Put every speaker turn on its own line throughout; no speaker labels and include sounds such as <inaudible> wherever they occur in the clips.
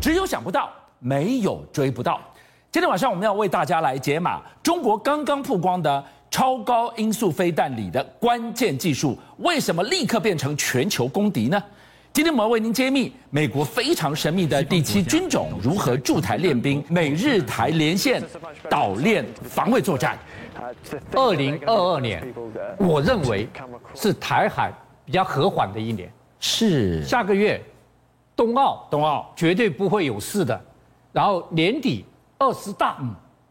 只有想不到，没有追不到。今天晚上我们要为大家来解码中国刚刚曝光的超高音速飞弹里的关键技术，为什么立刻变成全球公敌呢？今天我们要为您揭秘美国非常神秘的第七军种如何驻台练兵，美日台连线岛链防卫作战。
二零二二年，我认为是台海比较和缓的一年。
是
下个月，冬奥
冬奥
绝对不会有事的。然后年底二十大，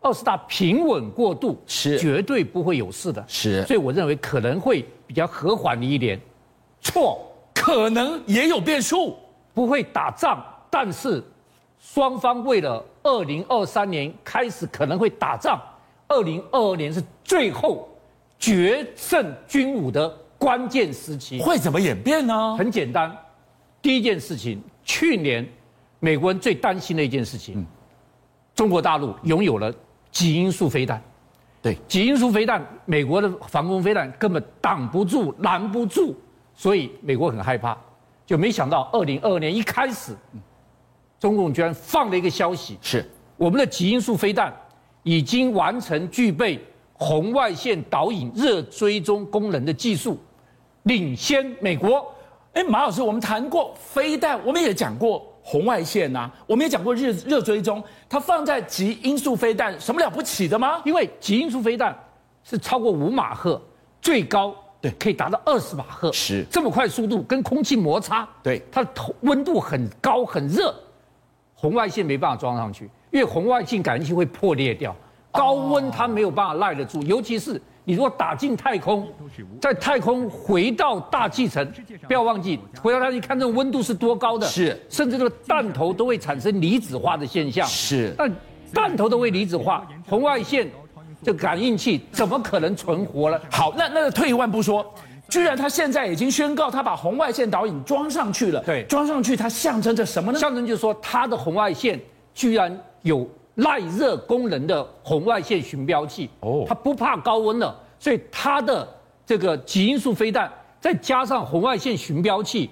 二十大平稳过渡
嗯是
绝对不会有事的。
是
所以我认为可能会比较和缓的一年。错，
可能也有变数。
不会打仗，但是双方为了二零二三年开始可能会打仗，二零二二年是最后决胜军武的关键时期。
会怎么演变呢？
很简单，第一件事情，去年美国人最担心的一件事情，中国大陆拥有了极音速飞弹。
对，
极音速飞弹，美国的防空飞弹根本挡不住、拦不住，所以美国很害怕，就没想到二零二二年一开始，中共居然放了一个消息，
是
我们的极音速飞弹已经完成具备红外线导引热追踪功能的技术，领先美国。
哎，马老师，我们谈过飞弹，我们也讲过红外线呐、我们也讲过热热追踪，它放在极音速飞弹，什么了不起的吗？
因为极音速飞弹是超过五马赫，最高
对
可以达到二十马赫，
是
这么快速度跟空气摩擦，
对
它的头温度很高很热，红外线没办法装上去，因为红外线感应器会破裂掉，
哦
高温它没有办法耐得住，尤其是你如果打进太空，在太空回到大气层，不要忘记回到大气，看这个温度是多高的，
是
甚至这个弹头都会产生离子化的现象，
是
但弹头都会离子化，红外线这感应器怎么可能存活了？
好，那那退一万步说，居然他现在已经宣告他把红外线导引装上去了，
对
装上去它象征着什么呢？
象征就是说，它的红外线居然有耐热功能的红外线巡标器，
哦
哦，它不怕高温了，所以它的这个极音速飞弹再加上红外线巡标器，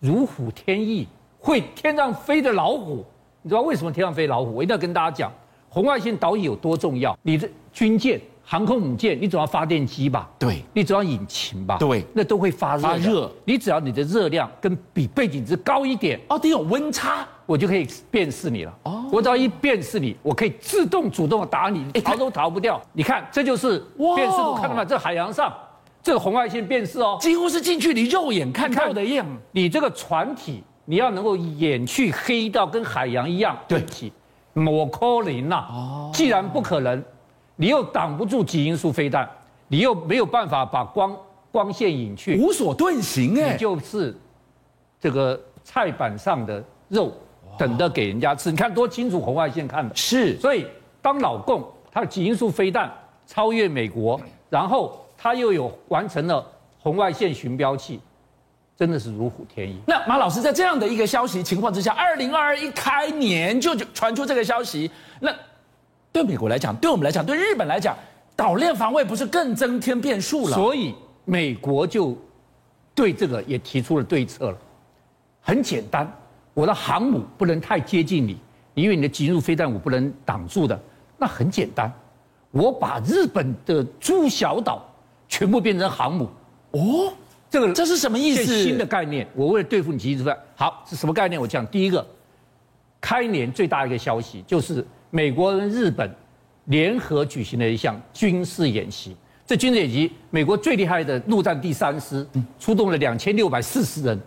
如虎添翼，会天上飞的老虎。你知道为什么天上飞老虎？我一定要跟大家讲，红外线导引有多重要。你的军舰、航空母舰，你总要发电机吧？
对
你只要引擎吧？
对
那都会发热的。
发热
你只要你的热量跟比背景值高一点，
哦，得有温差，
我就可以辨识你了。哦，我只要一辨识你，我可以自动主动地打你，你逃都逃不掉。你看，这就是
哇
辨识度，看到吗？这海洋上，这个红外线辨识哦。
几乎是近距离肉眼看到的样。
你这个船体，你要能够掩去黑到跟海洋一样。
对
起，抹科林呐、哦，既然不可能，你又挡不住极音速飞弹，你又没有办法把光光线隐去，
无所遁形哎
你，就是这个菜板上的肉，等着给人家吃。你看多清楚红外线看的。
是
所以当老共它的极音速飞弹超越美国，然后它又有完成了红外线巡标器，真的是如虎添翼。
那马老师在这样的一个消息情况之下，二零二二一开年就就传出这个消息，那对美国来讲，对我们来讲，对日本来讲，岛链防卫不是更增添变数了？
所以美国就对这个也提出了对策了，很简单，我的航母不能太接近你，因为你的极速飞弹我不能挡住的。那很简单，我把日本的诸小岛全部变成航母。
哦，
这个
这是什么意
这
思？
新的概念，我为了对付你极速飞弹，好是什么概念？我讲第一个，开年最大一个消息就是美国跟日本联合举行了一项军事演习。这军事演习，美国最厉害的陆战第三师出动了两千六百四十人，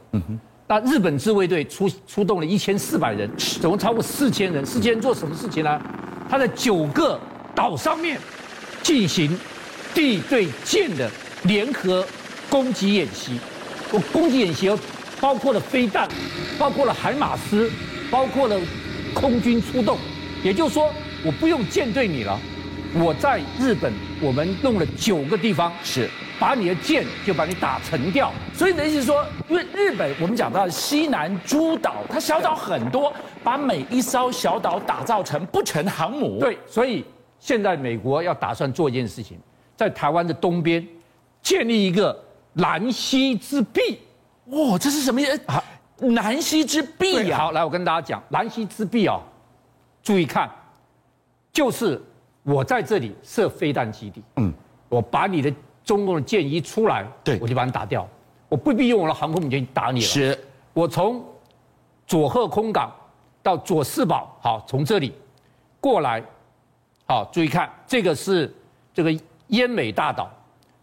那日本自卫队出出动了一千四百人，总共超过四千人。四千人做什么事情呢？他在九个岛上面进行地对舰的联合攻击演习。我攻击演习哦包括了飞弹，包括了海马斯，包括了空军出动。也就是说，我不用舰队你了，我在日本我们弄了九个地方，
是
把你的舰就把你打沉掉。
所以你的意思是说，因为日本我们讲到西南诸岛，它小岛很多，把每一艘小岛打造成不成航母。，
对，所以现在美国要打算做一件事情，在台湾的东边建立一个兰溪之壁。
哇，这是什么意思？啊南希之
啊对
壁啊！
好，来我跟大家讲，兰溪之壁哦，注意看，就是我在这里设飞弹基地，嗯，我把你的中共的舰一出来，
对
我就把你打掉，我不必用我的航空母舰打你了，
是
我从左鹤空港到左四堡，好，从这里过来，好，注意看，这个是这个奄美大岛，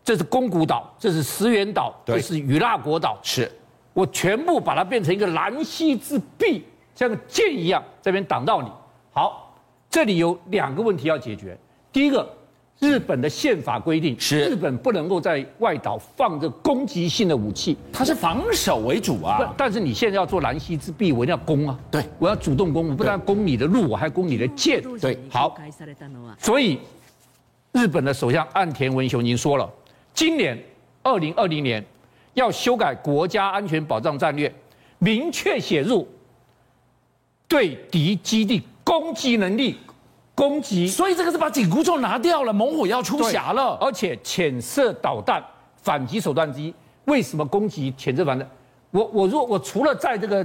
这是宫古岛，这是石垣岛，
对
这是与那国岛，
是，
我全部把它变成一个兰溪之壁，像个箭一样这边挡到你。好，这里有两个问题要解决。第一个，日本的宪法规定，
是
日本不能够在外岛放着攻击性的武器。
它是防守为主
不
啊，，
但是你现在要做兰溪之壁，我一定要攻啊！
对
我要主动攻，我不但攻你的路，我还攻你的舰。
对
好，所以，日本的首相岸田文雄已经说了，今年二零二零年要修改国家安全保障战略，明确写入对敌基地攻击能力、攻击
所以这个是把紧箍咒拿掉了，猛虎要出匣了。
而且潜射导弹反击手段之一。为什么攻击潜射反弹？我我若我除了在这个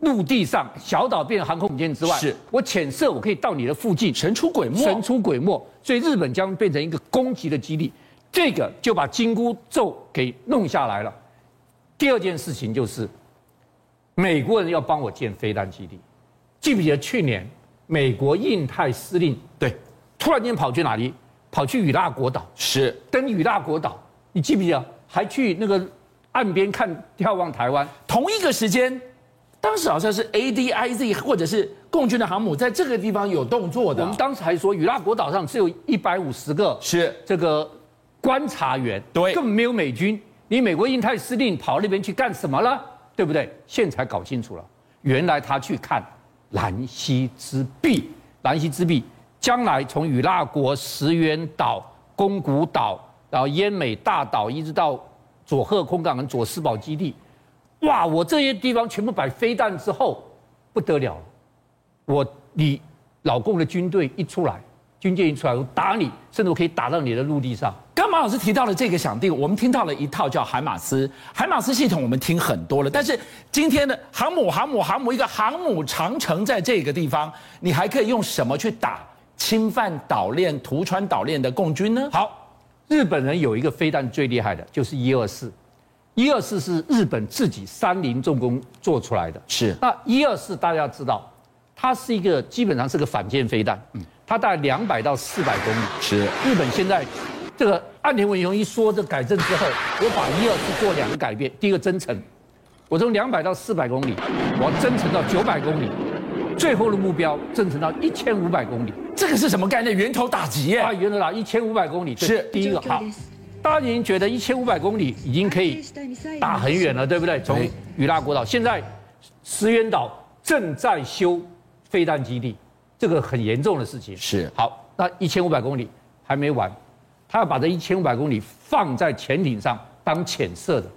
陆地上小岛变成航空母舰之外，
是
我潜射我可以到你的附近，
神出鬼没，
神出鬼没，所以日本将变成一个攻击的基地，这个就把金箍咒给弄下来了。第二件事情就是，美国人要帮我建飞弹基地，记不记得去年美国印太司令
对，
突然间跑去哪里？跑去与那国岛，
是
登与那国岛，你记不记得？还去那个岸边看眺望台湾，
同一个时间，当时好像是 ADIZ 或者是共军的航母在这个地方有动作
我
的
们，当时还说，与那国岛上只有一百五十个
啊是
这个观察员，
对
根本没有美军。你美国印太司令跑那边去干什么了？对不对？现在才搞清楚了，原来他去看兰溪之壁，兰溪之壁将来从与那国、石垣岛、宫古岛，然后奄美大岛，一直到佐贺空港跟佐世保基地，哇！我这些地方全部摆飞弹之后，不得了了。我你老共的军队一出来，军舰一出来，我打你，甚至我可以打到你的陆地上。
刚马老师提到了这个响定，我们听到了一套叫海马斯，海马斯系统我们听很多了，但是今天的航母、航母、航母一个航母长城在这个地方，你还可以用什么去打侵犯岛链、图川岛链的共军呢？
好，日本人有一个飞弹最厉害的，就是一二四。一二四是日本自己三菱重工做出来的。
是
那一二四大家知道，它是一个基本上是个反舰飞弹，它大概两百到四百公里。
嗯是
日本现在这个岸田文雄一说这改正之后，我把一二四做两个改变，第一个增程，我从两百到四百公里，我要增程到九百公里，最后的目标增程到一千五百公里。
这个是什么概念？源头打击耶！
啊，原来啦，一千五百公里这
哎是
第一个好。大家已经觉得一千五百公里已经可以打很远了，对不对？从
对
与那国岛，现在石垣岛正在修飞弹基地，这个很严重的事情。
是
好，那一千五百公里还没完，他要把这一千五百公里放在潜艇上当潜射的，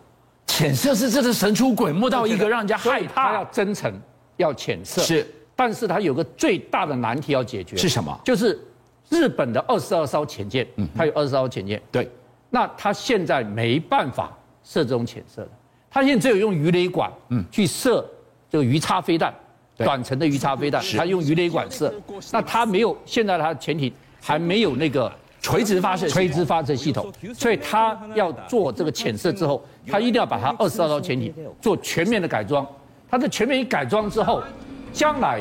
潜射是真的神出鬼没到一个让人家
所
害
以他要
怕。
真诚，要潜射。
是，
但是他有个最大的难题要解决
是什么嗯
就是日本的二十二艘潜舰，它有二十艘潜舰，
对，
那他现在没办法射这种潜射了，他现在只有用鱼雷管，去射这个鱼叉飞弹，
对
短程的鱼叉飞弹，他用鱼雷管射。那他没有，现在他的潜艇还没有那个
垂直发射系统
垂直发射系统，所以他要做这个潜射之后，他一定要把它二十二艘潜艇做全面的改装。它的全面一改装之后，将来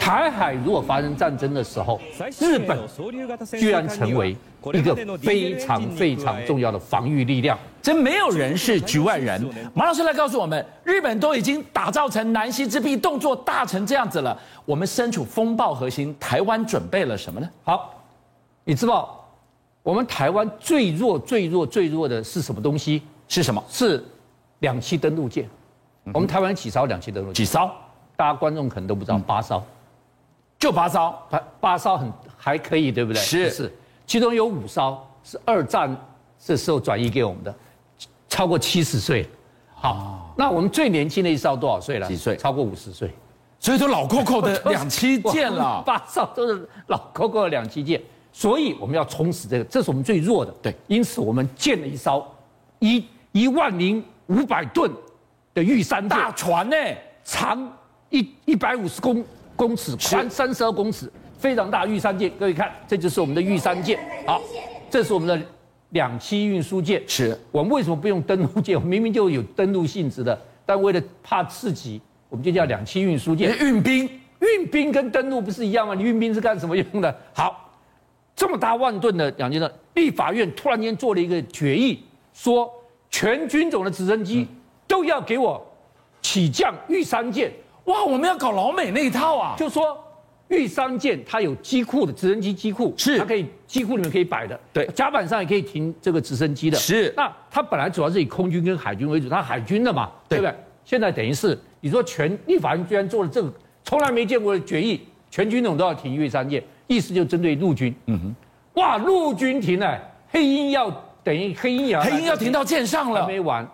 台海如果发生战争的时候，日
日
本
本
居
居
然
然
成
成
为
为
一
一
个
个
非
非
常
常
非
非
常重
常重
要的防御力量。
真没有人是局外人。马老师来告诉我们，日本都已经打造成南溪之壁，动作大成这样子了，我们身处风暴核心，台湾准备了什么呢？
好，你知道我们台湾最弱、最弱、最弱的是什么东西？
是什么？
是两栖登陆舰。我们台湾几艘两栖登陆
嗯几嗯
舰？
艘？
大家观众可能都不知道，八艘。
就八艘。
八八艘很还可以，对不对？
是
是，其中有五艘是二战这时候转移给我们的，超过七十岁了。好，那我们最年轻的一艘多少岁了？
哦几岁
超过五十岁。
所以说老扣扣的 <laughs> 两栖啊舰
哇
了，
八艘都是老高高的两栖舰，所以我们要充实这个，这是我们最弱的。
对
因此我们建了一艘一一万零五百吨的御三舰
大船呢、
长一一百五十公公尺，
是
宽三十二公尺，非常大。玉山舰，各位看，这就是我们的玉山舰。好，这是我们的两栖运输舰。
是
我们为什么不用登陆 <laughs> 舰？我们明明就有登陆性质的，但为了怕刺激，我们就叫两栖运输舰。
哎运兵，
运兵跟登陆不是一样吗？你运兵是干什么用的？好，这么大万吨的两栖的，立法院突然间做了一个决议，说全军种的直升
嗯
机都要给我起降御三舰，
哇，我们要搞老美那一套啊！
就说御三舰它有机库的直升机机库，
是
它可以机库里面可以摆的，
对
甲板上也可以停这个直升机的，
是
那它本来主要是以空军跟海军为主，它海军的嘛，
对
对不对？现在等于是你说全立法院居然做了这个从来没见过的决议，全军种都要停御三舰，意思就针对陆军。嗯哼，哇，陆军停了，黑鹰要等于黑鹰也要
黑鹰要停到舰上
还
了，
没完，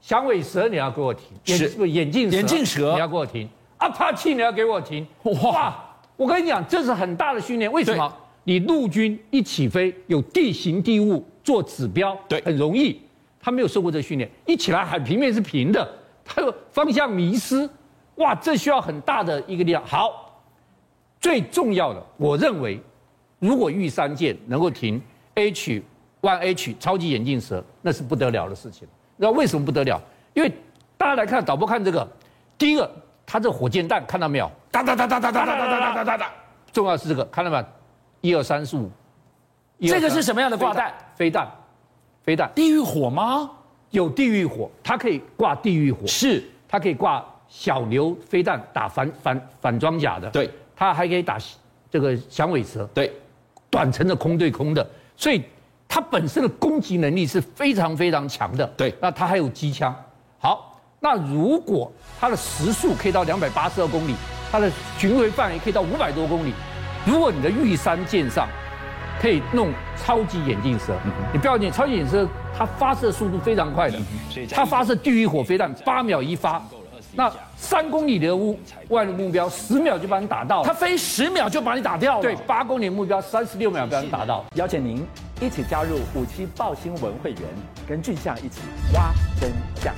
响尾蛇你要给我停，
是
眼不眼镜蛇
眼镜蛇
你要给我停，阿帕奇你要给我停，
哇
哇！我跟你讲，这是很大的训练，为什么
对？
你陆军一起飞，有地形地物做指标，
对
很容易。他没有受过这训练，一起来海平面是平的，他有方向迷失，哇，这需要很大的一个力量。好，最重要的，我认为，如果御三舰能够停 H 万 H 超级眼镜蛇，那是不得了的事情。那为什么不得了？因为大家来看导播看这个，第一个，它这火箭弹看到没有？
哒哒哒哒哒哒哒哒哒哒哒哒，
重要是这个，看到没有？一二三四五，1
这个是什么样的挂弹？
飞弹，飞弹
地狱火吗？
有地狱火，它可以挂地狱火，
是，
它可以挂小牛飞弹打反反反装甲的，
对，
它还可以打这个响尾蛇，
对，
短程的空对空的，所以它本身的攻击能力是非常非常强的。
对
那它还有机枪。好，那如果它的时速可以到两百八十二公里，它的巡回范围可以到五百多公里，如果你的玉山舰上可以弄超级眼镜蛇，你不要紧，超级眼镜蛇它发射速度非常快的，它发射地狱火飞弹八秒一发，那三公里的屋外的目标十秒就把你打到了
它飞十秒就把你打掉了。
对，八公里目标三十六秒不要达到。
邀请您一起加入五七报新闻会员，跟俊相一起挖真相。